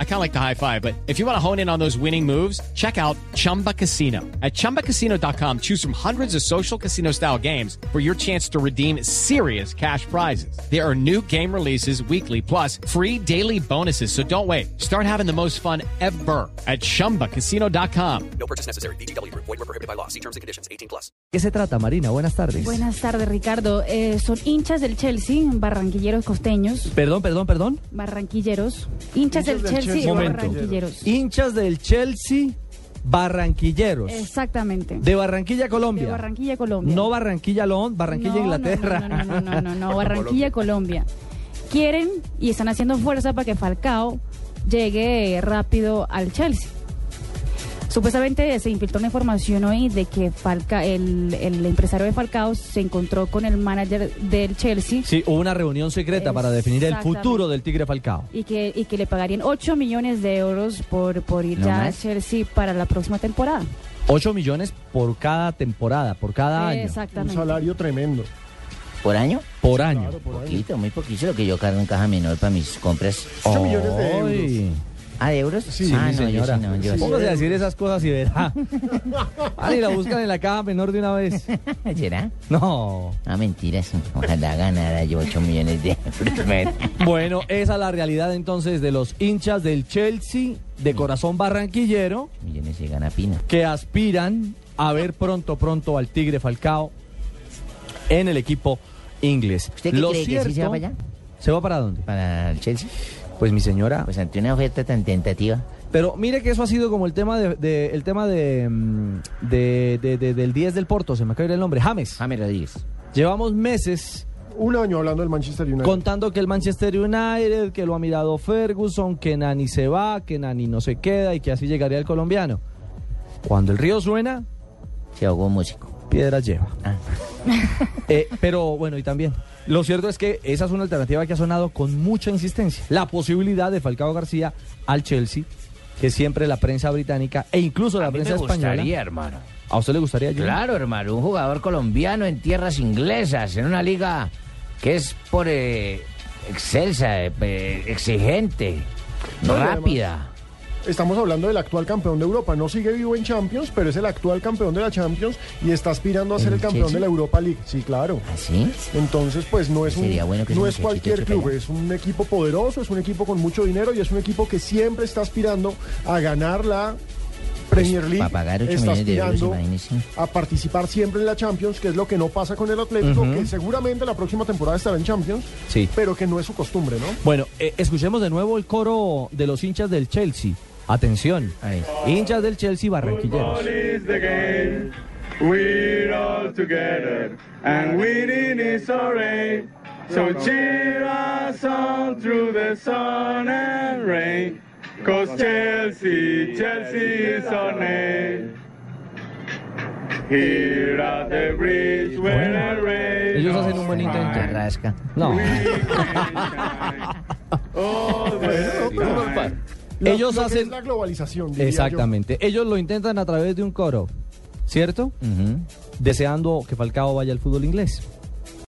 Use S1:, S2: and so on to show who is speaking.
S1: I kind of like the high five, but if you want to hone in on those winning moves, check out Chumba Casino. At chumbacasino.com, choose from hundreds of social casino style games for your chance to redeem serious cash prizes. There are new game releases weekly, plus free daily bonuses. So don't wait. Start having the most fun ever at chumbacasino.com.
S2: No purchase necessary. BGW. Void were prohibited by law. See terms and conditions. 18 plus.
S3: ¿Qué se trata, Marina? Buenas tardes.
S4: Buenas tardes, Ricardo. Eh, son hinchas del Chelsea, barranquilleros costeños,
S3: Perdón, perdón, perdón.
S4: barranquilleros, hinchas del Chelsea, barranquilleros.
S3: Hinchas del Chelsea, barranquilleros.
S4: Exactamente.
S3: De Barranquilla, Colombia.
S4: De Barranquilla, Colombia.
S3: No Barranquilla, Lon, Barranquilla,
S4: No,
S3: Inglaterra.
S4: No, no, no, no, no, no, no, Barranquilla, Colombia. Quieren y están haciendo fuerza para que Falcao llegue rápido al Chelsea. Supuestamente se infiltró una información hoy de que Falca, el, el empresario de Falcao se encontró con el manager del Chelsea
S3: Sí, hubo una reunión secreta para definir el
S4: Exactamente.
S3: futuro del Tigre Falcao.
S4: y que, y que le pagarían 8 millones de euros por, por ir
S3: ¿No
S4: ya a
S3: más?
S4: Chelsea para la próxima temporada.
S3: 8 millones por cada temporada, por cada año.
S5: Un
S4: Exactamente.
S5: salario tremendo.
S6: ¿Por año?
S3: Por año.
S5: Claro, por ahí.
S6: Poquito, muy poquito, lo que yo cargo en caja menor para mis compras.
S5: Ocho millones de euros.
S3: Ay,
S6: ¿Ah, de euros?
S5: Sí,
S6: ah,
S3: mi
S6: no, yo
S3: señora.
S6: sí, no, yo sí.
S3: Póngase a decir esas cosas y verá. Ah, y la buscan en la caja menor de una vez.
S6: ¿Será?
S3: No.
S6: Ah, mentiras. Ojalá ganara yo 8 millones de euros.
S3: Bueno, esa es la realidad entonces de los hinchas del Chelsea de corazón barranquillero
S6: millones se gana Pina.
S3: que aspiran a ver pronto, pronto al Tigre Falcao en el equipo inglés.
S6: ¿Usted qué cree, que sí se va para allá?
S3: ¿Se va para dónde?
S6: Para el Chelsea.
S3: Pues mi señora.
S6: Pues ante una oferta tan tentativa.
S3: Pero mire que eso ha sido como el tema de, de- el tema de, mm, de- de- de- del 10 del Porto, se me acaba de ir el nombre, James.
S6: James Rodríguez.
S3: Llevamos meses
S5: Un año hablando del Manchester United.
S3: Contando que el Manchester United, que lo ha mirado Ferguson, que Nani se va, que Nani no se queda y que así llegaría el colombiano. Cuando el río suena,
S6: Se ahogó un músico.
S3: piedras lleva.
S6: Ah.
S3: Eh, pero bueno, y también. Lo cierto es que esa es una alternativa que ha sonado con mucha insistencia. La posibilidad de Falcao García al Chelsea, que siempre la prensa británica e incluso la
S7: A mí
S3: prensa
S7: me
S3: española.
S7: gustaría, hermano.
S3: ¿A usted le gustaría Junior?
S7: Claro, hermano, un jugador colombiano en tierras inglesas, en una liga que es por eh, excelsa, eh, eh, exigente,
S5: No, y
S7: rápida.
S5: Estamos hablando del actual campeón de Europa. No sigue vivo en Champions, pero es el actual campeón de la Champions y está aspirando a ser el campeón
S6: Chelsea?
S5: de la Europa League. Sí, claro.
S6: ¿Ah, sí?
S5: Entonces, pues no es un,
S6: Sería bueno que
S5: no
S6: ese
S5: es
S6: muchachito
S5: cualquier
S6: chupara.
S5: club, es un equipo poderoso, es un equipo con mucho dinero y es un equipo que siempre está aspirando a ganar la Premier League.
S6: Pues, pa' pagar ocho
S5: está
S6: millones de euros,
S5: aspirando
S6: imagínese.
S5: a participar siempre en la Champions, que es lo que no pasa con el Atlético, que seguramente la próxima temporada estará en Champions,
S3: Sí.
S5: pero que no es su costumbre, ¿no?
S3: Bueno, eh, escuchemos de nuevo el coro de los hinchas del Chelsea. Atención,
S6: Ahí.
S3: hinchas del Chelsea barranquilleros.
S8: is the game. We're all together, and winning is our aim. So cheer us on through the sun and rain. Cause Chelsea, Chelsea is our name. Here at the bridge where the rain.
S3: Ellos hacen un buen intento.
S6: Carrasca.
S3: No.
S5: Lo-
S3: Ellos
S5: lo que
S3: hacen-
S5: es la globalización. diría yo.
S3: Exactamente. Ellos lo intentan a través de un coro, ¿cierto?
S6: Ujú.
S3: Deseando que Falcao vaya al fútbol inglés.